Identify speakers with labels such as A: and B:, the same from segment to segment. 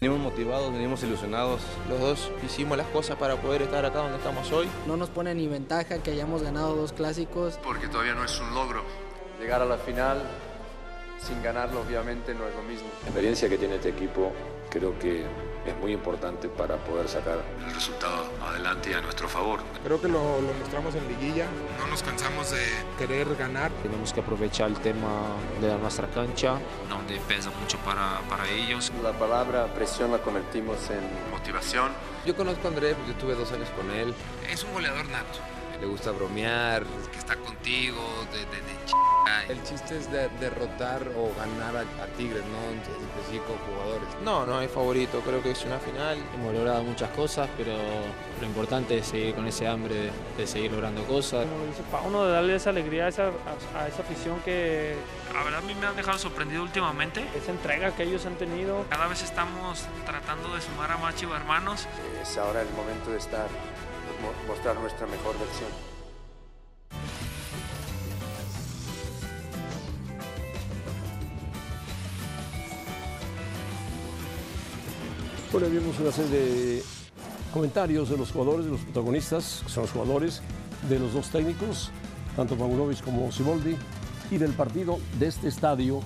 A: Venimos motivados, venimos ilusionados.
B: Los dos hicimos las cosas para poder estar acá donde estamos hoy.
C: No nos pone ni ventaja que hayamos ganado dos clásicos.
D: Porque todavía no es un logro.
E: Llegar a la final sin ganarlo obviamente no es lo mismo.
F: La experiencia que tiene este equipo creo que es muy importante para poder sacar
D: el resultado adelante y a nuestro favor.
G: Creo que lo, lo, mostramos en liguilla.
H: No nos cansamos de querer ganar.
I: Tenemos que aprovechar el tema de nuestra cancha,
J: donde pesa mucho para, para ellos.
K: La palabra presión la convertimos en motivación.
L: Yo conozco a Andrés, yo estuve dos años con él.
M: Es un goleador nato.
L: Le gusta bromear.
M: Es que está contigo, de, de, de ch...
N: El chiste es de derrotar o ganar a, a Tigres, no específico jugadores.
B: No, no hay favorito, creo que es una final.
O: Hemos logrado muchas cosas, pero lo importante es seguir con ese hambre de, de seguir logrando cosas.
P: Para uno de darle esa alegría a esa, a, a esa afición que
J: la verdad a mí me han dejado sorprendido últimamente.
P: Esa entrega que ellos han tenido.
J: Cada vez estamos tratando de sumar a más Chiva hermanos.
K: Es ahora el momento de estar, mostrar nuestra mejor versión.
Q: Bueno, vimos una serie de comentarios de los jugadores, de los protagonistas, que son los jugadores de los dos técnicos, tanto Pagunovic como Siboldi, y del partido de este estadio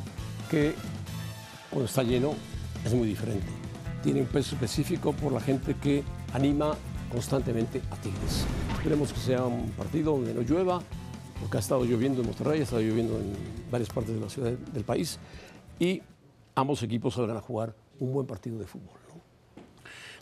Q: que cuando está lleno es muy diferente. Tiene un peso específico por la gente que anima constantemente a Tigres. Esperemos que sea un partido donde no llueva, porque ha estado lloviendo en Monterrey, ha estado lloviendo en varias partes de la ciudad del país, y ambos equipos saldrán a jugar un buen partido de fútbol.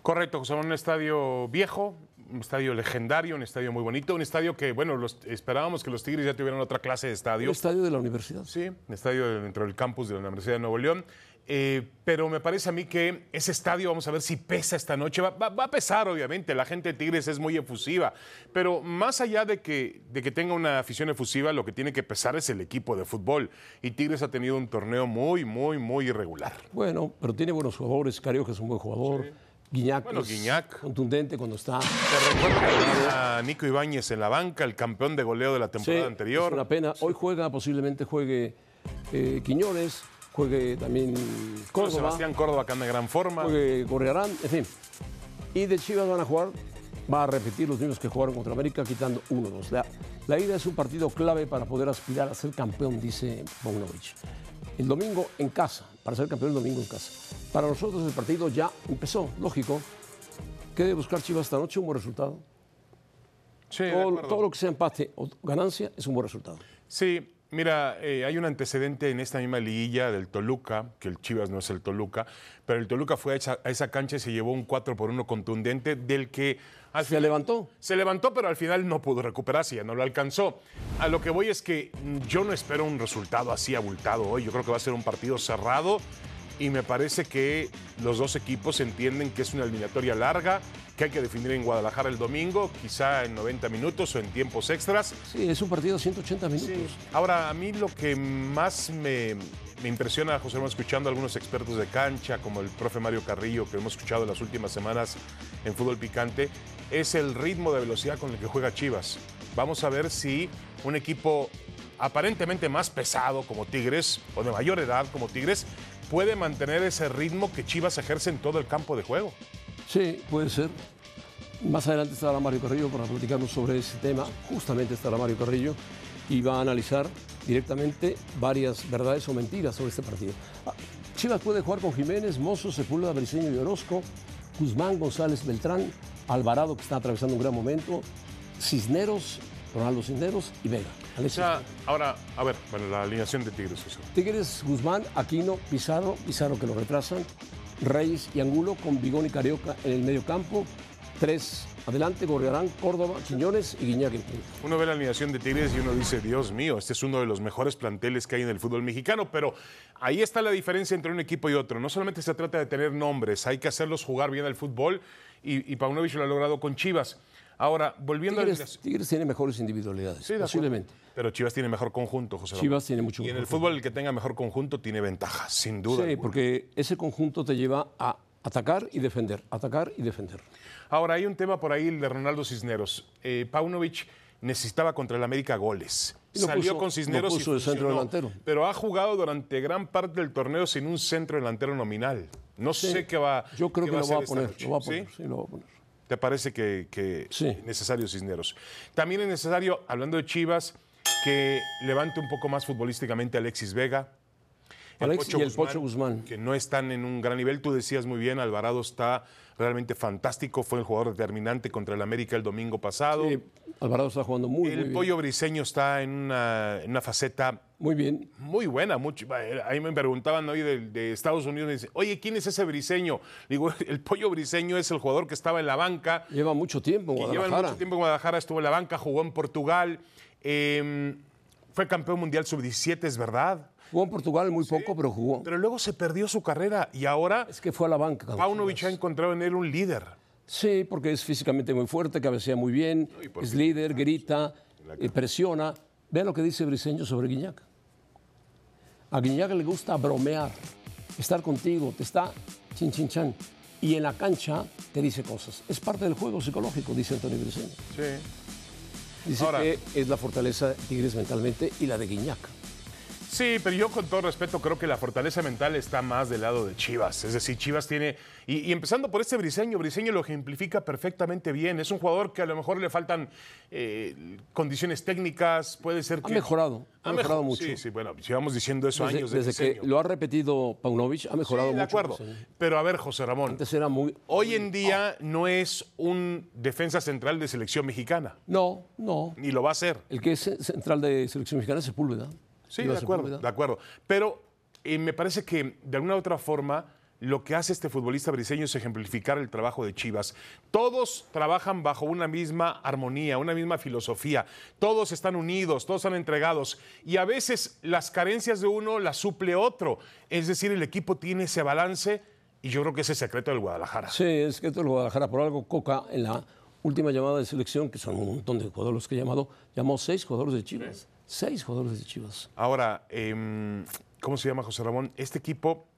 R: Correcto, José, un estadio viejo, un estadio legendario, un estadio muy bonito, un estadio que, bueno, los, esperábamos que los Tigres ya tuvieran otra clase de estadio.
Q: Un estadio de la universidad.
R: Sí, un estadio dentro del campus de la Universidad de Nuevo León. Eh, pero me parece a mí que ese estadio, vamos a ver si pesa esta noche. Va, va, va, a pesar, obviamente, la gente de Tigres es muy efusiva. Pero más allá de que, de que tenga una afición efusiva, lo que tiene que pesar es el equipo de fútbol. Y Tigres ha tenido un torneo muy, muy, muy irregular.
Q: Bueno, pero tiene buenos jugadores. Carioca es un buen jugador. Sí. Guiñac,
R: bueno, Guiñac.
Q: contundente cuando está.
R: Te recuerda a Nico Ibáñez en la banca, el campeón de goleo de la temporada
Q: sí,
R: anterior.
Q: Es una pena. Hoy juega, posiblemente juegue eh, Quiñones, juegue también Córdoba.
R: Sebastián Córdoba, que anda en gran forma.
Q: Juegue Correarán, en fin. Y de Chivas van a jugar, va a repetir los mismos que jugaron contra América, quitando 1-2. La, la, ida es un partido clave para poder aspirar a ser campeón, dice Bogdanovich. El domingo en casa, para ser campeón el domingo en casa. Para nosotros el partido ya empezó, lógico. ¿Qué debe buscar Chivas esta noche? Un buen resultado.
R: Sí,
Q: todo, todo lo que sea empate o ganancia es un buen resultado.
R: Sí, Mira, eh, hay un antecedente en esta misma liguilla del Toluca, que el Chivas no es el Toluca, pero el Toluca fue a esa, a esa cancha y se llevó un 4 por 1 contundente del que...
Q: Al se final, levantó.
R: Se levantó, pero al final no pudo recuperarse, ya no lo alcanzó. A lo que voy es que yo no espero un resultado así abultado hoy, yo creo que va a ser un partido cerrado y me parece que los dos equipos entienden que es una eliminatoria larga, que hay que definir en Guadalajara el domingo, quizá en 90 minutos o en tiempos extras.
Q: Sí, es un partido de 180 minutos. Sí.
R: Ahora, a mí lo que más me, me impresiona, José, Manuel, escuchando a algunos expertos de cancha, como el profe Mario Carrillo, que hemos escuchado en las últimas semanas en Fútbol Picante, es el ritmo de velocidad con el que juega Chivas. Vamos a ver si un equipo aparentemente más pesado como Tigres o de mayor edad como Tigres puede mantener ese ritmo que Chivas ejerce en todo el campo de juego.
Q: Sí, puede ser. Más adelante estará Mario Carrillo para platicarnos sobre ese tema. Justamente estará Mario Carrillo y va a analizar directamente varias verdades o mentiras sobre este partido. Chivas puede jugar con Jiménez, Mozo, Sepúlveda, Briceño y Orozco, Guzmán, González, Beltrán, Alvarado, que está atravesando un gran momento, Cisneros, Ronaldo Cisneros y Vega.
R: O sea, ahora, a ver, bueno, la alineación de Tigres. Eso.
Q: Tigres, Guzmán, Aquino, Pizarro, Pizarro que lo retrasan, Reyes y Angulo con Bigón y Carioca en el medio campo, tres adelante, Gorriarán, Córdoba, Quiñones y Guiñac.
R: Uno ve la alineación de Tigres y uno dice, Dios mío, este es uno de los mejores planteles que hay en el fútbol mexicano, pero ahí está la diferencia entre un equipo y otro. No solamente se trata de tener nombres, hay que hacerlos jugar bien al fútbol y, y Paunovic lo ha logrado con Chivas. Ahora, volviendo
Q: Tigres, a las... Tigres tiene mejores individualidades, sí, posiblemente.
R: Pero Chivas tiene mejor conjunto, José.
Q: Chivas tiene mucho
R: Y en el fútbol el que tenga mejor conjunto tiene ventajas, sin duda.
Q: Sí, alguna. porque ese conjunto te lleva a atacar y defender, atacar y defender.
R: Ahora, hay un tema por ahí, el de Ronaldo Cisneros. Eh, Paunovic necesitaba contra el América goles. Salió
Q: puso,
R: con Cisneros
Q: puso y de centro delantero.
R: Pero ha jugado durante gran parte del torneo sin un centro delantero nominal. No
Q: Sí.
R: sé qué va,
Q: Yo creo
R: qué
Q: que lo
R: hacer
Q: va a
R: esta
Q: poner,
R: noche,
Q: lo va a
R: ¿sí?
Q: poner, sí, lo va a poner.
R: ¿Te parece que, que
Q: Sí.
R: necesario Cisneros? También es necesario, hablando de Chivas, que levante un poco más futbolísticamente a Alexis Vega.
Q: Alexis y el Pocho Guzmán.
R: Que no están en un gran nivel. Tú decías muy bien, Alvarado está realmente fantástico. Fue el jugador determinante contra el América el domingo pasado.
Q: Alvarado está jugando muy, muy
R: el
Q: bien.
R: Pollo Briseño está en una, en una faceta...
Q: Muy bien.
R: Muy buena. Mucho, eh, ahí me preguntaban hoy de, de Estados Unidos, me dicen, oye, ¿quién es ese Briseño? Digo, el Pollo Briseño es el jugador que estaba en la banca
Q: Lleva mucho tiempo en
R: que lleva
Q: Guadalajara.
R: mucho tiempo en Guadalajara, estuvo en la banca, jugó en Portugal, eh, fue campeón mundial sub-17, es verdad.
Q: Jugó en Portugal muy poco, pero jugó.
R: Pero luego se perdió su carrera y ahora
Q: Es que fue a la banca. Gaucho.
R: Paunovic ha encontrado en él un líder.
Q: Sí, porque es físicamente muy fuerte, cabecea muy bien, es líder, grita, eh, presiona. Ve lo que dice Briseño sobre Guiñac. A Guiñac le gusta bromear, estar contigo, te está chin chin chan. Y en la cancha te dice cosas. Es parte del juego psicológico, dice Antonio Briseño.
R: Sí.
Q: Dice
R: Ahora-
Q: que es la fortaleza de Tigres mentalmente y la de Guiñac.
R: Sí, pero yo con todo respeto creo que la fortaleza mental está más del lado de Chivas. Es decir, Chivas tiene... Y, y empezando por este Briseño, Briseño lo ejemplifica perfectamente bien. Es un jugador que a lo mejor le faltan eh, condiciones técnicas, puede ser
Q: Ha
R: que...
Q: mejorado, ha
R: mejor-
Q: mejorado mucho.
R: Sí, sí, bueno, llevamos diciendo eso
Q: Desde,
R: años de
Q: desde
R: Briseño.
Q: que lo ha repetido Paunovic, ha mejorado
R: Sí, de
Q: mucho.
R: acuerdo.
Q: Briseño.
R: Pero a ver, José Ramón.
Q: Antes era muy.
R: Hoy en día no es un defensa central de selección mexicana,
Q: No, no.
R: ni lo va a ser.
Q: El que es central de selección mexicana es Sepúlveda.
R: Sí,
Q: Iba
R: de acuerdo,
Q: Sepúlveda.
R: de acuerdo. Pero eh, me parece que de alguna u otra forma lo que hace este futbolista briseño es ejemplificar el trabajo de Chivas. Todos trabajan bajo una misma armonía, una misma filosofía. Todos están unidos, todos están entregados. Y a veces las carencias de uno las suple otro. Es decir, el equipo tiene ese balance y yo creo que ese es el secreto del Guadalajara.
Q: Sí, es que esto es Guadalajara por algo Coca en la última llamada de selección, que son un montón de jugadores los que ha llamado, llamó seis jugadores de Chivas. Seis jugadores de Chivas.
R: Ahora, em, ¿cómo se llama José Ramón? Este equipo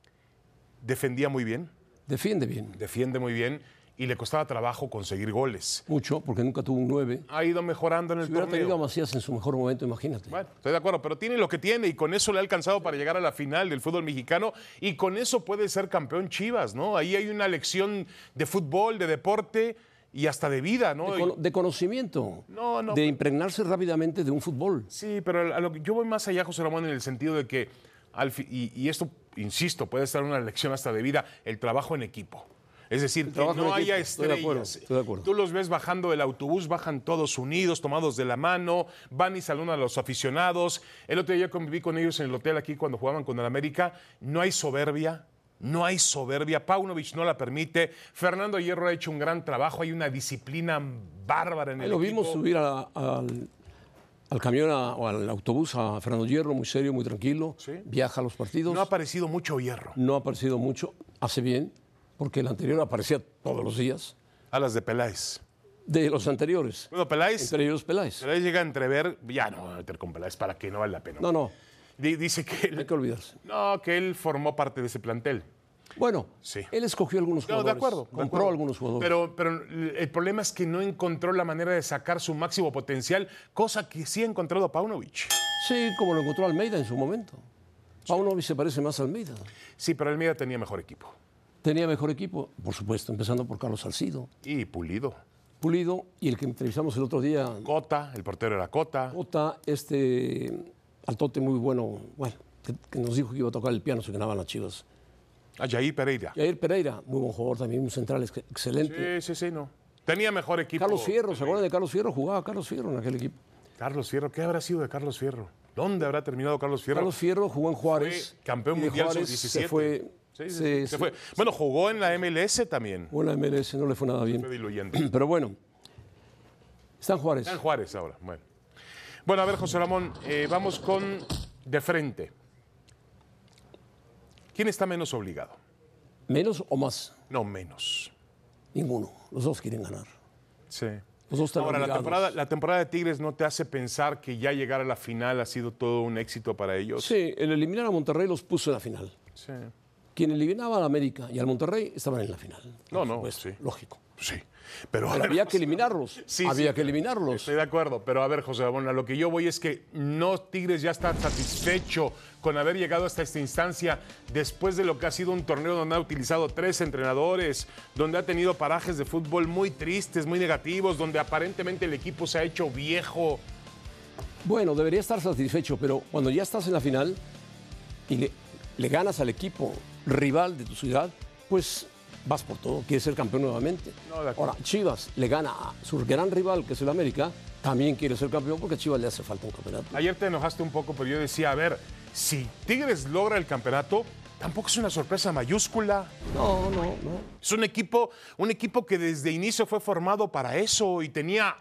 R: defendía muy bien,
Q: Defiende bien.
R: defiende muy bien y le costaba trabajo conseguir goles.
Q: Mucho, porque nunca tuvo un nueve.
R: Ha ido mejorando en el
Q: Si hubiera
R: torneo.
Q: tenido a Macías en su mejor momento, imagínate.
R: Bueno, estoy de acuerdo, pero tiene lo que tiene y con eso le ha alcanzado para llegar a la final del fútbol mexicano y con eso puede ser campeón Chivas, ¿no? Ahí hay una lección de fútbol, de deporte y hasta de vida, ¿no?
Q: De, cono- de conocimiento.
R: No, no,
Q: de
R: pero-
Q: impregnarse rápidamente de un fútbol.
R: Sí, pero a lo que- yo voy más allá, José Ramón, en el sentido de que, al fi- y, y esto, insisto, puede ser una lección hasta de vida, el trabajo en equipo. Es decir, que
Q: trabajo en
R: no haya
Q: equipo, estoy de acuerdo,
R: estrellas.
Q: estoy de acuerdo.
R: Tú los ves bajando del autobús, bajan todos unidos, tomados de la mano, van y saludan a los aficionados. El otro día conviví con ellos en el hotel aquí cuando jugaban con el América. No hay soberbia, no hay soberbia. Paunovic no la permite. Fernando Hierro ha hecho un gran trabajo. Hay una disciplina bárbara en
Q: Ahí
R: el
Q: lo
R: equipo.
Q: vimos subir a la- al, al camión a- o al autobús a Fernando Hierro, muy serio, muy tranquilo. Viaja a los partidos.
R: No ha aparecido mucho Hierro.
Q: no ha aparecido mucho, hace bien, porque el anterior aparecía todos los días,
R: A las de Peláez.
Q: de los anteriores,
R: Bueno, Peláez.
Q: entre ellos Peláez.
R: Peláez llega a entrever, ya no voy a meter con Peláez para que no vale la pena.
Q: No, no,
R: Di- Dice que él,
Q: hay que olvidarse.
R: no, que él formó parte de ese plantel.
Q: Bueno,
R: Sí.
Q: él escogió algunos
R: No,
Q: jugadores,
R: de acuerdo. de
Q: compró
R: acuerdo.
Q: algunos jugadores.
R: Pero, pero el problema es que no encontró la manera de sacar su máximo potencial, cosa que sí ha encontrado Paunovic.
Q: Sí, como lo encontró Almeida en su momento. Paunovic se parece más a Almeida.
R: Sí, pero Almeida tenía mejor equipo.
Q: Tenía mejor equipo, por supuesto, empezando por Carlos Salcido,
R: Y Pulido.
Q: Pulido y el que entrevistamos el otro día,
R: Cota, el portero era Cota.
Q: Jota, este altote muy bueno, bueno, que, que nos dijo que iba a tocar el piano, se ganaban las chivas.
R: Ayaí Pereira.
Q: Jair Pereira, muy buen jugador también, un central ex- excelente.
R: Sí, sí, sí, no. Tenía mejor equipo.
Q: Carlos Fierro, ¿se acuerdan de Carlos Fierro? Jugaba Carlos Fierro en aquel equipo.
R: Carlos Fierro, ¿qué habrá sido de Carlos Fierro? ¿Dónde habrá terminado Carlos Fierro?
Q: Carlos Fierro jugó en Juárez.
R: Fue campeón
Q: y de
R: mundial
Q: Juárez
R: sub-17.
Q: Se fue.
R: Sí, sí,
Q: se-
R: sí, se
Q: se-
R: fue. Bueno, jugó en la MLS también.
Q: jugó en la MLS, no le fue nada
R: Fue
Q: bien.
R: diluyendo.
Q: Pero bueno, está en Juárez.
R: Está en Juárez ahora. Bueno, bueno a ver, José Ramón, eh, vamos con de frente. ¿Quién está menos obligado?
Q: ¿Menos o más?
R: No, menos.
Q: Ninguno. Los dos quieren ganar.
R: Sí.
Q: Los dos están
R: Ahora, la
Q: obligados.
R: temporada, la temporada de Tigres no te hace pensar que ya llegar a la final ha sido todo un éxito para ellos.
Q: Sí, el eliminar a Monterrey los puso en la final.
R: Sí.
Q: Quien eliminaba a América y al Monterrey estaban en la final.
R: No, no,
Q: Pues,
R: sí.
Q: Lógico.
R: Sí.
Q: Pero, pero había José, que eliminarlos. Sí, Este- había sí, que eliminarlos.
R: Estoy de acuerdo, pero a ver, José Ramón, a lo que yo voy es que no Tigres ya está satisfecho con haber llegado hasta esta instancia después de lo que ha sido un torneo donde ha utilizado tres entrenadores, donde ha tenido parajes de fútbol muy tristes, muy negativos, donde aparentemente el equipo se ha hecho viejo.
Q: Bueno, debería estar satisfecho, pero cuando ya estás en la final y le, le ganas al equipo rival de tu ciudad, pues vas por todo, quieres ser campeón nuevamente. No, Ahora, Chivas le gana a su gran rival, que es el América, también quiere ser campeón porque a Chivas le hace falta un campeonato.
R: Ayer te enojaste un poco, pero yo decía, a ver, si Tigres logra el campeonato, tampoco es una sorpresa mayúscula.
Q: No, no, no.
R: Es un equipo, un equipo que desde inicio fue formado para eso y tenía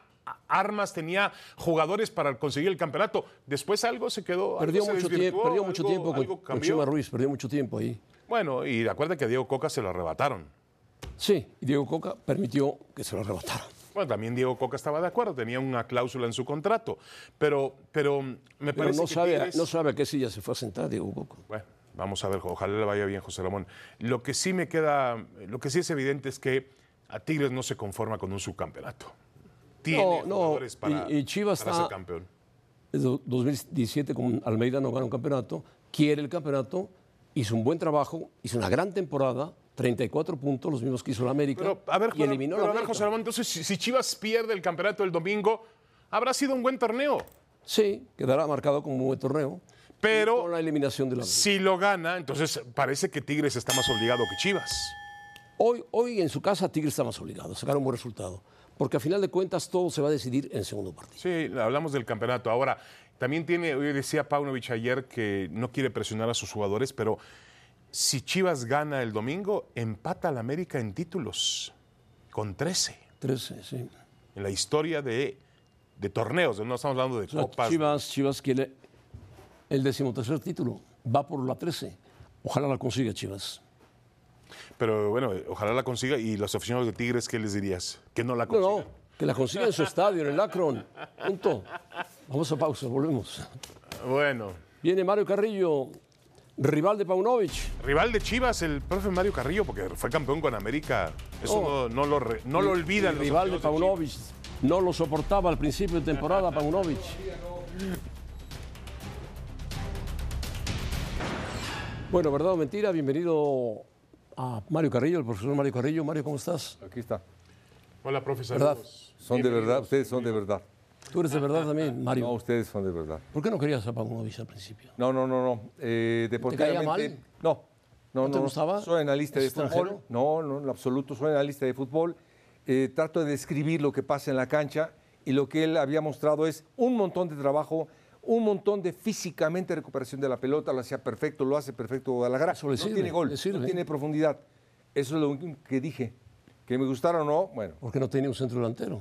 R: armas, tenía jugadores para conseguir el campeonato. Después algo se quedó.
Q: Perdió
R: se
Q: mucho, tiempo, perdió mucho algo, tiempo con, con Chima Ruiz, perdió mucho tiempo ahí.
R: Bueno, y acuerda que a Diego Coca se lo arrebataron.
Q: Sí, y Diego Coca permitió que se lo arrebataran.
R: Bueno, también Diego Coca estaba de acuerdo, tenía una cláusula en su contrato, pero, pero me parece pero
Q: no
R: que
Q: sabe,
R: Tigres...
Q: no sabe a qué silla se fue a sentar Diego Coca.
R: Bueno, vamos a ver, ojalá le vaya bien José Ramón. Lo que sí me queda, lo que sí es evidente es que a Tigres no se conforma con un subcampeonato tiene no, jugadores no. para,
Q: y, y Chivas
R: para
Q: está,
R: ser campeón.
Q: Es 2017 con Almeida no gana un campeonato, quiere el campeonato, hizo un buen trabajo, hizo una gran temporada, 34 puntos, los mismos que hizo la América,
R: pero, a ver,
Q: y eliminó
R: pero,
Q: la
R: pero, a ver,
Q: América.
R: José Ramón, entonces si, si, Chivas pierde el campeonato el domingo, habrá sido un buen torneo.
Q: Sí, quedará marcado como un buen torneo.
R: Pero
Q: con la eliminación de la América.
R: si lo gana, entonces parece que Tigres está más obligado que Chivas.
Q: Hoy, hoy en su casa Tigres está más obligado a sacar un buen resultado porque a final de cuentas todo se va a decidir en segundo partido.
R: Sí, hablamos del campeonato. Ahora, también tiene, hoy decía Paunovic ayer que no quiere presionar a sus jugadores, pero si Chivas gana el domingo, empata al América en títulos, con 13.
Q: 13, sí.
R: En la historia de, de torneos, no estamos hablando de o sea, copas.
Q: Chivas, Chivas quiere el decimotercer título, va por la 13. Ojalá la consiga Chivas.
R: Pero bueno, ojalá la consiga. ¿Y los aficionados de Tigres qué les dirías? Que no la consigan. No, no,
Q: que la consiga en su estadio, en el Akron. Punto. Vamos a pausa, volvemos.
R: Bueno.
Q: Viene Mario Carrillo, rival de Paunovic.
R: Rival de Chivas, el profe Mario Carrillo, porque fue campeón con América. Eso oh, no, no, lo, re, no el, lo olvidan.
Q: El rival de Paunovic. De no lo soportaba al principio de temporada Paunovic. Bueno, verdad o mentira, bienvenido a Mario Carrillo, el profesor Mario Carrillo. Mario, ¿cómo estás?
S: Aquí está.
R: Hola, profesor.
S: ¿Verdad? Son de verdad, ustedes son de verdad.
Q: Tú eres de verdad también, Mario.
S: Ah, No, ustedes son de verdad.
Q: ¿Por qué no querías a Paunovic al principio?
S: No, no, no, no. Eh, deportivamente,
Q: ¿Te caía mal?
S: No, no,
Q: no.
S: no
Q: te gustaba?
S: Soy analista de fútbol. No, no, en absoluto. Soy analista de fútbol. Eh, trato de describir lo que pasa en la cancha y lo que él había mostrado es un montón de trabajo un montón de físicamente recuperación de la pelota, lo hacía perfecto, lo hace perfecto Guadalajara.
Q: Eso le
S: no
Q: sirve,
S: tiene gol,
Q: le sirve.
S: no tiene profundidad. Eso es lo único que dije. Que me gustara o no, bueno.
Q: Porque no tenía un centro delantero.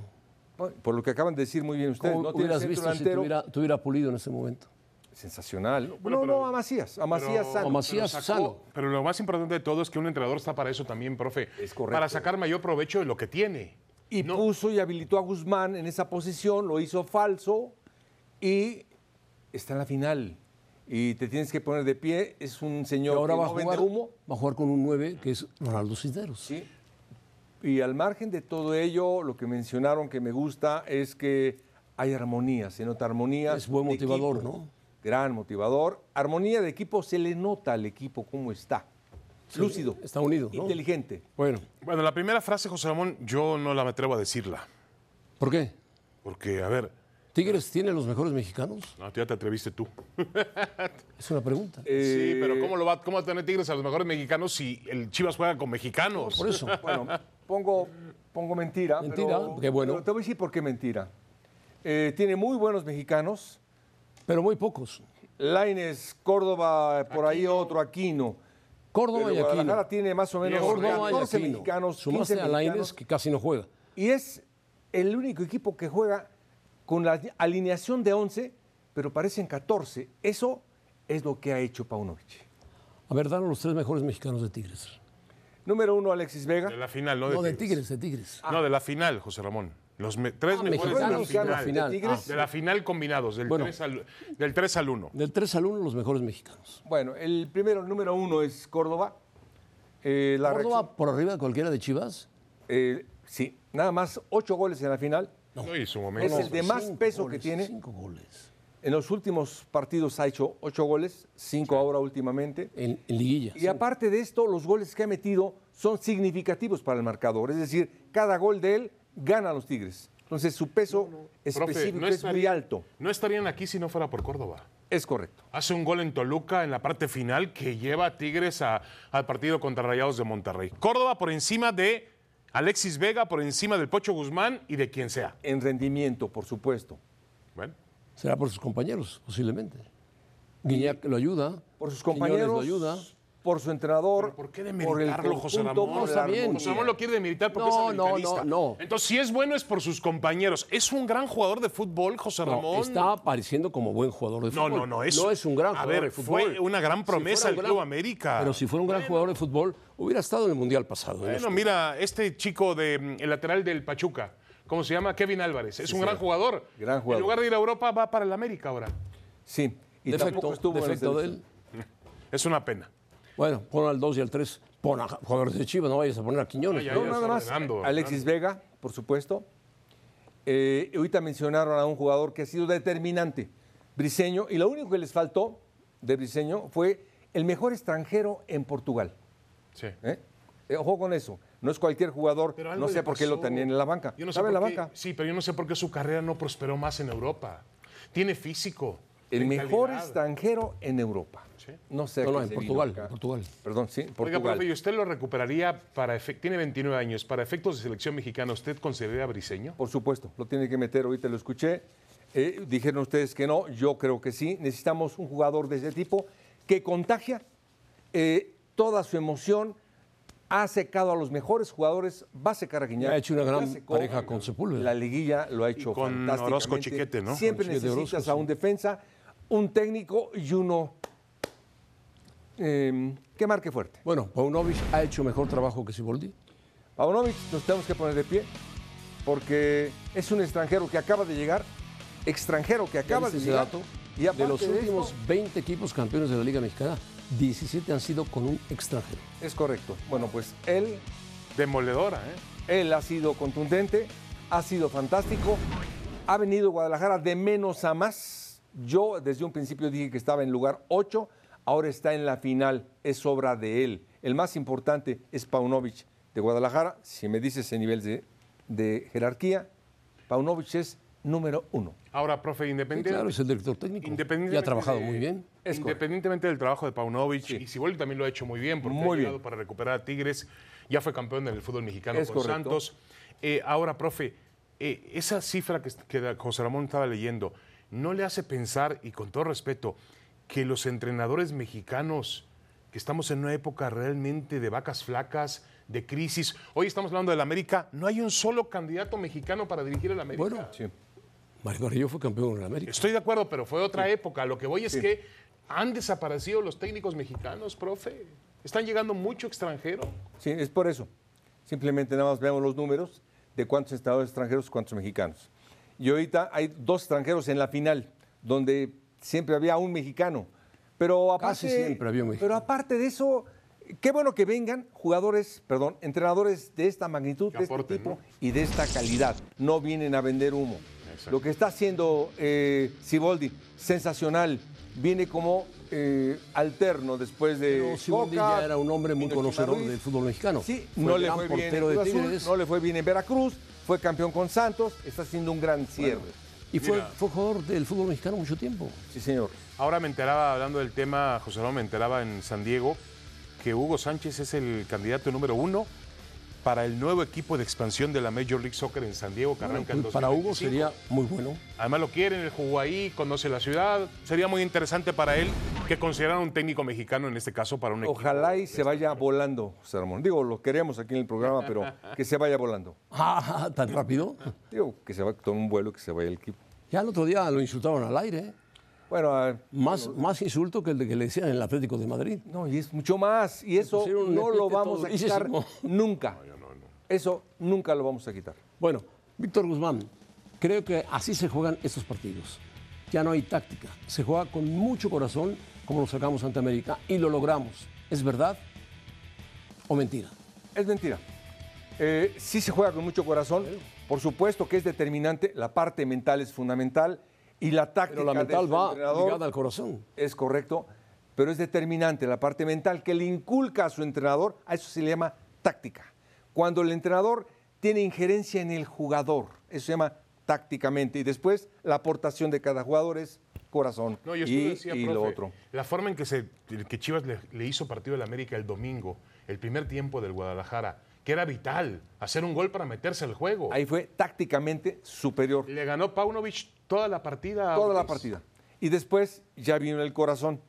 S: Por lo que acaban de decir muy bien ustedes, no tiene
Q: hubieras
S: centro
Q: visto
S: delantero.
Q: si tuviera, tuviera pulido en ese momento?
S: Sensacional. Bueno, no, no, a Macías, a Macías
Q: pero,
S: sano.
Q: A Macías
R: pero
Q: sano.
R: Pero lo más importante de todo es que un entrenador está para eso también, profe.
S: Es correcto.
R: Para sacar mayor provecho de lo que tiene.
S: Y no. puso y habilitó a Guzmán en esa posición, lo hizo falso y está en la final y te tienes que poner de pie. Es un señor
Q: ahora
S: que
Q: va
S: no
Q: a jugar,
S: vende humo.
Q: Va a jugar con un 9 que es Ronaldo Cisneros.
S: Sí. Y al margen de todo ello, lo que mencionaron que me gusta es que hay armonía, se nota armonía.
Q: Es buen
S: de
Q: motivador,
S: equipo.
Q: ¿no?
S: Gran motivador. Armonía de equipo, se le nota al equipo cómo está.
Q: Sí,
S: Lúcido.
Q: Está unido. ¿no?
S: Inteligente.
Q: Bueno.
R: Bueno, la primera frase, José Ramón, yo no la me atrevo a decirla.
Q: ¿Por qué?
R: Porque, a ver,
Q: ¿Tigres tiene los mejores mexicanos?
R: No, ya te atreviste tú.
Q: Es una pregunta.
R: Eh... Sí, pero ¿cómo, lo va, ¿cómo va a tener Tigres a los mejores mexicanos si el Chivas juega con mexicanos?
Q: Por eso.
S: bueno, pongo, pongo mentira.
Q: Mentira,
S: pero,
Q: qué bueno.
S: Pero te voy a decir por qué mentira. Eh, tiene muy buenos mexicanos.
Q: Pero muy pocos.
S: Laines, Córdoba, eh, por Aquino. ahí otro, Aquino.
Q: Córdoba
S: pero
Q: y Aquino.
S: tiene más o menos
Q: Córdoba
S: 14
Q: y Aquino.
S: mexicanos, 15
Q: Sumaste a Lainez,
S: mexicanos.
Q: que casi no juega.
S: Y es el único equipo que juega con la alineación de 11, pero parecen 14. Eso es lo que ha hecho Paunovic.
Q: A ver, danos los tres mejores mexicanos de Tigres.
S: Número uno, Alexis Vega.
R: De la final, ¿no? De Ah.
Q: no, de Tigres, de Tigres.
R: No, de la final, José Ramón. Los me- tres
Q: Ah,
R: mejores de la
Q: mexicanos,
R: final.
Q: final.
R: De,
Q: Ah.
R: la final combinados, del,
Q: Bueno.
R: 3 al, del 3 al 1.
Q: Ah. Del 3 al 1, los mejores mexicanos.
S: Bueno, el primero, el número uno es Córdoba. Eh, la
Q: ¿Córdoba
S: reacción-
Q: por arriba de cualquiera de Chivas?
S: eh, Sí, nada más ocho goles en la final.
R: No, y su
S: Es
R: momento.
S: el de más
R: Cinco
S: peso
R: goles,
S: que tiene.
R: cinco
S: goles. En los últimos partidos ha hecho ocho goles, cinco ahora últimamente.
Q: En, liguilla.
S: Y aparte de esto, los goles que ha metido son significativos para el marcador. Es decir, cada gol de él gana a los Tigres. Entonces su peso
R: Profe,
S: específico
R: no
S: es
R: estaría-
S: muy alto.
R: No estarían aquí si no fuera por Córdoba.
S: Es correcto.
R: Hace un gol en Toluca en la parte final que lleva a Tigres a- al partido contra Rayados de Monterrey. Córdoba por encima de Alexis Vega, por encima del Pocho Guzmán y de quien sea.
S: En rendimiento, por supuesto.
R: Bueno.
Q: Será por sus compañeros, posiblemente. Guiñac lo ayuda.
S: Por sus
Q: Quiñones lo
S: compañeros,
Q: ayuda.
S: por su entrenador,
R: ¿Por qué
S: por el
R: demeritarlo, José
S: conjunto,
R: Ramón?
S: por la armonía.
R: José Ramón lo quiere demeritar porque
Q: No,
R: es
Q: no,
R: americanista.
Q: no, no.
R: Entonces, si es bueno es por sus compañeros. Es un gran jugador de fútbol, José
Q: No,
R: Ramón.
Q: está apareciendo como buen jugador de
R: No,
Q: fútbol.
R: no, no. Es,
Q: es un gran
R: a
Q: jugador
R: ver,
Q: de fútbol.
R: Fue una gran
Q: Si fuera
R: promesa
Q: un
R: del
Q: gran-
R: Club
S: Ah.
R: América.
Q: Pero si fuera un gran jugador de fútbol, hubiera estado en el Mundial pasado. en
R: Bueno,
Q: esto.
R: mira, este chico de mm, el lateral del Pachuca, ¿cómo se llama? Kevin Álvarez. Es
S: Sí,
R: un
S: sí.
R: gran jugador.
S: Gran
R: En
S: jugador.
R: lugar de ir a Europa, va para el América ahora.
S: Sí, y
Q: Defecto,
S: tampoco estuvo en la
Q: defecto de
S: selección.
Q: él.
R: Es una pena.
Q: Bueno, pon al 2 y al 3. Pon a jugadores de Chivas, no vayas a poner a Quiñones.
R: Ay, ay,
Q: ¿no?
R: ay.
S: No, nada más.
R: Fernando,
S: Alexis Vega, por supuesto. Eh, ahorita mencionaron a un jugador que ha sido determinante, Briseño, y lo único que les faltó de Briseño fue el mejor extranjero en Portugal.
R: Sí.
S: ¿eh? Eh, Ojo con eso. No es cualquier jugador.
R: Pero algo
S: No
R: le
S: sé por qué
R: pasó.
S: lo tenían en la banca.
R: Yo no sé
S: Estaba en la
R: por qué-
S: banca.
R: Sí, pero yo no sé por qué su carrera no prosperó más en Europa. Tiene físico.
S: El
R: tiene
S: mejor
R: calidad.
S: extranjero en Europa. No sé. a
Q: No, no,
S: qué
Q: en
S: se
Q: Portugal,
S: vino acá.
Q: en Portugal.
S: Perdón, sí,
R: Oiga,
S: Portugal.
R: profe, ¿y usted lo recuperaría para efectos? Tiene 29 años. Para efectos de selección mexicana, ¿usted consideraría a Briseño?
S: Por supuesto, lo tiene que meter, ahorita lo escuché. Eh, dijeron ustedes que no, yo creo que sí. Necesitamos un jugador de ese tipo que contagia eh, toda su emoción, ha secado a los mejores jugadores, va a secar a Guiñac.
Q: Ha hecho una
S: ya
Q: gran
S: secó
Q: pareja con Sepúlveda.
S: La liguilla lo ha hecho
R: con
S: fantásticamente.
R: Orozco Chiquete, ¿no?
S: Siempre
Q: Con Chiquete
S: necesitas
Q: Orozco,
S: a un defensa, un técnico y uno eh, que marque fuerte.
Q: Bueno, Paunovic ha hecho mejor trabajo que Siboldi.
S: Paunovic nos tenemos que poner de pie porque es un extranjero que acaba de llegar, extranjero que acaba de
Q: ¿Viste ese
S: llegar.
Q: Este dato?
S: Y
Q: de
S: aparte
Q: los
S: de
Q: últimos
S: esto-
Q: 20 equipos campeones de la Liga Mexicana, 17 han sido con un extranjero.
S: Es correcto. Bueno, pues él,
R: Demoledora, ¿eh?
S: él ha sido contundente, ha sido fantástico, ha venido Guadalajara de menos a más. Yo desde un principio dije que estaba en lugar 8, ahora está en la final, es obra de él. El más importante es Paunovic de Guadalajara, si me dices en nivel de, de jerarquía, Paunovic es número uno.
R: Ahora, profe, independiente.
Q: Sí, claro, es el director técnico.
R: Independientemente
Q: Y ha trabajado
R: de-
Q: muy bien.
S: Es
R: Independientemente del trabajo de Paunovic, y Siboldi también lo ha hecho muy bien, porque
S: Muy
R: ha llegado
S: bien.
R: para recuperar a Tigres, ya fue campeón en el fútbol mexicano
S: Es
R: con
S: correcto.
R: Santos. Eh, ahora, profe, eh, esa cifra que, que José Ramón estaba leyendo, ¿no le hace pensar, y con todo respeto, que los entrenadores mexicanos, que estamos en una época realmente de vacas flacas, de crisis, hoy estamos hablando del América, no hay un solo candidato mexicano para dirigir el América?
Q: Bueno, Mario Carrillo fue campeón en el América.
R: Estoy de acuerdo, pero fue otra época. Lo que voy es que han desaparecido los técnicos mexicanos, profe. Están llegando mucho extranjero.
S: Sí, es por eso. Simplemente nada más veamos los números de cuántos estados extranjeros, cuántos mexicanos. Y ahorita hay dos extranjeros en la final, donde siempre había un mexicano. Pero aparte,
Q: Casi siempre había un mexicano.
S: Pero aparte de eso, qué bueno que vengan jugadores, perdón, entrenadores de esta magnitud, de
R: aporten,
S: este tipo
R: ¿no?
S: y de esta calidad. No vienen a vender humo.
R: Exacto.
S: Lo que está haciendo eh, Siboldi, sensacional. Viene como eh, alterno después de.
Q: Pero Siboldi
S: Coca,
Q: ya era un hombre muy
S: Pinocho
Q: conocedor
S: Ruiz.
Q: del fútbol mexicano.
S: Sí,
Q: Fue
S: no le
Q: gran
S: fue bien en
Q: portero de
S: Cruz Azul,
Q: Tigres.
S: no le fue bien en Veracruz, fue campeón con Santos, está haciendo un gran cierre.
Q: Y fue, fue jugador del fútbol mexicano mucho tiempo.
S: Sí, señor.
R: Ahora me enteraba, hablando del tema, José Ramón, me enteraba en San Diego que Hugo Sánchez es el candidato número uno para el nuevo equipo de expansión de la Major League Soccer en San Diego, que arranca en
Q: Pues para Hugo
R: 2025.
Q: sería muy bueno.
R: Además lo quieren, él jugó ahí, conoce la ciudad. Sería muy interesante para él que consideraran un técnico mexicano, en este caso, para un equipo.
S: Ojalá y se vaya volando, José Ramón. Digo, lo queremos aquí en el programa, pero que se vaya volando.
Q: Ah, tan rápido.
S: Digo, que se vaya, tome un vuelo, que se vaya el equipo.
Q: Ya el otro día lo insultaron al aire. ¿eh?
S: Bueno, ah, a-
Q: Más, más insulto que el de que le decían en el Atlético de Madrid.
S: no, y es mucho más, y eso
Q: pusieron un
S: no lo vamos a
Q: epíteto
S: quitar
Q: durísimo.
S: nunca. Eso nunca lo vamos a quitar.
Q: Bueno, Víctor Guzmán, creo que así se juegan estos partidos. Ya no hay táctica. Se juega con mucho corazón como lo sacamos ante América y lo logramos. ¿Es verdad o mentira?
S: Es mentira. Eh, sí se juega con mucho corazón. Por supuesto que es determinante. La parte mental es fundamental. Y la táctica
Q: Pero la mental
S: de su
Q: va
S: entrenador
Q: ligada al corazón.
S: Es correcto. Pero es determinante la parte mental que le inculca a su entrenador. A eso se le llama táctica. Cuando el entrenador tiene injerencia en el jugador. Eso se llama tácticamente. Y después la aportación de cada jugador es corazón.
R: No,
S: y
R: yo estoy decía,
S: y
R: profe,
S: lo otro.
R: La forma en que, se, que Chivas le, le hizo partido al América el domingo, el primer tiempo del Guadalajara, que era vital, hacer un gol para meterse al juego.
S: Ahí fue tácticamente superior.
R: Le ganó Paunovic toda la partida. Pues,
S: Toda la
R: Ortiz.
S: partida. Y después ya vino el corazón.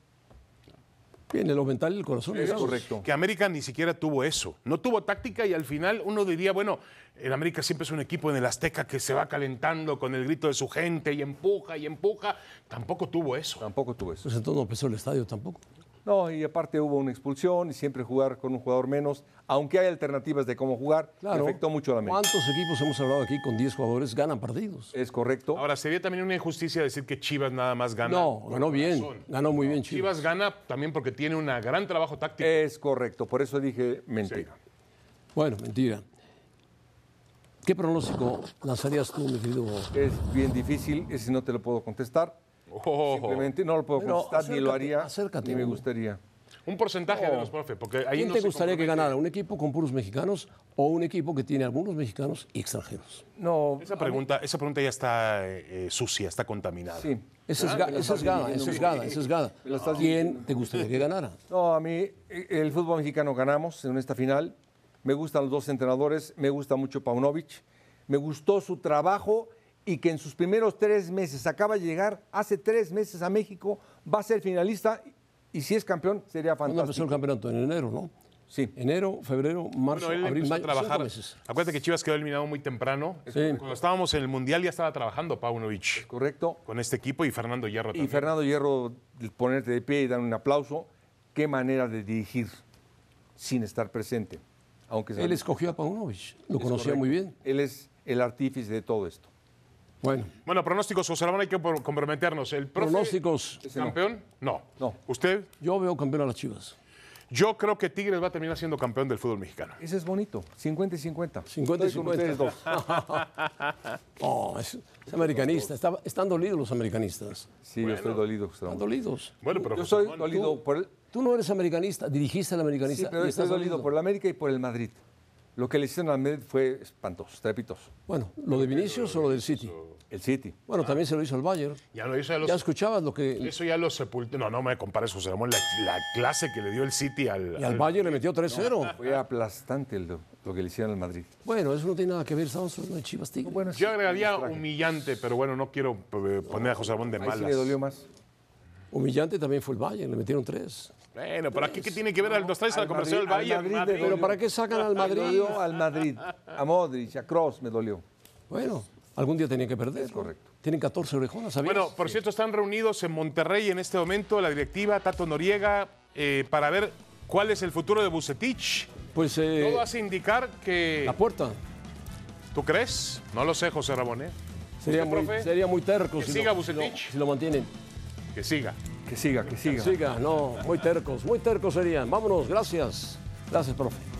Q: Viene lo mental y el corazón.
R: Es
Q: ligados.
R: correcto. Que América ni siquiera tuvo eso. No tuvo táctica y al final uno diría, bueno, el América siempre es un equipo en el Azteca que se va calentando con el grito de su gente y empuja y empuja. Tampoco tuvo eso.
S: Tampoco tuvo eso.
Q: Pues entonces no empezó el estadio tampoco.
S: No, y aparte hubo una expulsión y siempre jugar con un jugador menos, aunque hay alternativas de cómo jugar, que
Q: Claro.
S: afectó mucho a la América.
Q: ¿Cuántos equipos hemos hablado aquí con 10 jugadores ganan partidos?
S: Es correcto.
R: Ahora, sería también una injusticia decir que Chivas nada más gana.
Q: No,
R: por
Q: ganó bien.
R: corazón.
Q: Ganó muy bien Chivas. Eh,
R: Chivas gana también porque tiene un gran trabajo táctico.
S: Es correcto, por eso dije mentira.
Q: Bueno, mentira. ¿Qué pronóstico lanzarías tú, mi querido?
S: Es bien difícil, ese no te lo puedo contestar. Simplemente no lo puedo
Q: Pero
S: contestar, ni lo
Q: acércate,
S: haría,
Q: acércate
S: ni me
Q: uno.
S: gustaría.
R: Un porcentaje
Q: No.
R: de los profe, porque ahí
Q: Oh. ¿Quién
R: no
Q: te
R: se
Q: gustaría que
R: compromete.
Q: ganara? ¿Un equipo con puros mexicanos o un equipo que tiene algunos mexicanos y extranjeros?
S: No,
R: Esa pregunta, esa pregunta ya está eh, eh, sucia, está contaminada.
S: Sí.
Q: Esa es,
S: Ah,
Q: ga-
S: me la
Q: esa
S: estás
Q: es gada,
S: dirigiendo
Q: esa es
S: muy
Q: gada,
S: bien.
Q: esa es gada.
S: Me la estás
Q: ¿Quién te gustaría que ganara?
S: No, a mí eh, el fútbol mexicano ganamos en esta final. Me gustan los dos entrenadores, me gusta mucho Paunovic, me gustó su trabajo y que en sus primeros tres meses acaba de llegar, hace tres meses a México, va a ser finalista y si es campeón sería
Q: ¿Cuándo empezó
S: fantástico.
Q: el campeonato? En enero, ¿no?
S: Sí.
Q: Enero, febrero, marzo,
R: Bueno, él
Q: abril,
R: empezó
Q: mayo.
R: a trabajar.
Q: cinco meses.
R: Acuérdate que Chivas quedó eliminado muy temprano.
Q: Sí.
R: Cuando estábamos en el Mundial ya estaba trabajando Paunovic
S: Correcto.
R: con este equipo y Fernando Hierro
S: Y
R: también.
S: Fernando Hierro, el ponerte de pie y dar un aplauso, qué manera de dirigir sin estar presente. Aunque sea-
Q: Él escogió a Paunovic, lo
S: Es
Q: conocía
S: correcto.
Q: muy bien.
S: Él es el artífice de todo esto.
Q: Bueno,
R: Bueno, pronósticos, José Ramón, hay que por- comprometernos. El profe,
Q: pronósticos.
R: ¿Campeón? No.
S: No.
R: ¿Usted?
Q: Yo veo campeón a las Chivas.
R: Yo creo que Tigres va a terminar siendo campeón del fútbol mexicano.
S: Ese es bonito, 50 y 50.
Q: 50 y
S: Estoy con
Q: 50.
S: ustedes dos.
Q: Oh, es, es americanista. Está- están dolidos los americanistas.
S: Sí, yo estoy dolido, José
Q: Están
S: Ramón.
Q: dolidos.
R: Bueno, pero
S: Yo
R: José
S: soy
R: Ramón,
S: dolido por el,
Q: Tú no eres americanista, dirigiste al
S: sí,
Q: americanista.
S: pero
Q: y
S: estoy
Q: estás
S: dolido
Q: dolido.
S: por el América y por el Madrid. Lo que le hicieron al Madrid fue espantoso, estrepitoso.
Q: Bueno, lo de Vinicius o lo del City.
S: El City.
Q: Bueno, también se lo hizo al Bayern.
R: ya lo hizo, ya lo
Q: Ya escuchabas lo que.
R: Eso ya lo sepultó. No, no me compares, José Ramón, la, la clase que le dio el City al...
Q: Y al Bayern le metió 3-0.
S: Fue aplastante lo, lo que le hicieron al Madrid.
Q: Bueno, eso no tiene nada que ver. Estamos hablando de Chivas Tigres.
S: Bueno, sí,
R: Yo agregaría
S: es trágico.
R: humillante, pero bueno, no quiero eh, poner a José Ramón de
S: Ahí sí
R: malas.
S: le dolió más.
Q: Humillante también fue el Bayern, le metieron 3.
R: Bueno, ¿para qué, qué tiene que ver al, nos traes a la
S: Pues, Al
R: conversación del
S: Madrid- al
R: Bayern?
S: Madrid le
Q: Pero
S: dolió.
Q: ¿para qué sacan al
S: Me
Q: Madrid?
S: dolió al Madrid, a Modric, a Cross me dolió.
Q: Bueno, algún día tenían que perder.
S: Es correcto.
Q: Tienen 14 orejonas, ¿sabías?
R: Bueno, por cierto, están reunidos en Monterrey en este momento la directiva Tato Noriega eh, para ver cuál es el futuro de Bucetich.
Q: pues eh,
R: Todo hace indicar que...
Q: la puerta
R: ¿Tú crees? No lo sé, José Ramón, ¿eh?
Q: sería
R: ¿Usted,
Q: muy,
R: profe?
Q: sería muy terco
R: Que
Q: si,
R: siga
Q: lo, si, lo,
R: Vucetich.
Q: si lo mantienen.
R: Que siga.
S: Que siga, que siga.
Q: Siga, no, muy tercos, muy tercos serían. Vámonos, gracias. Gracias, profe.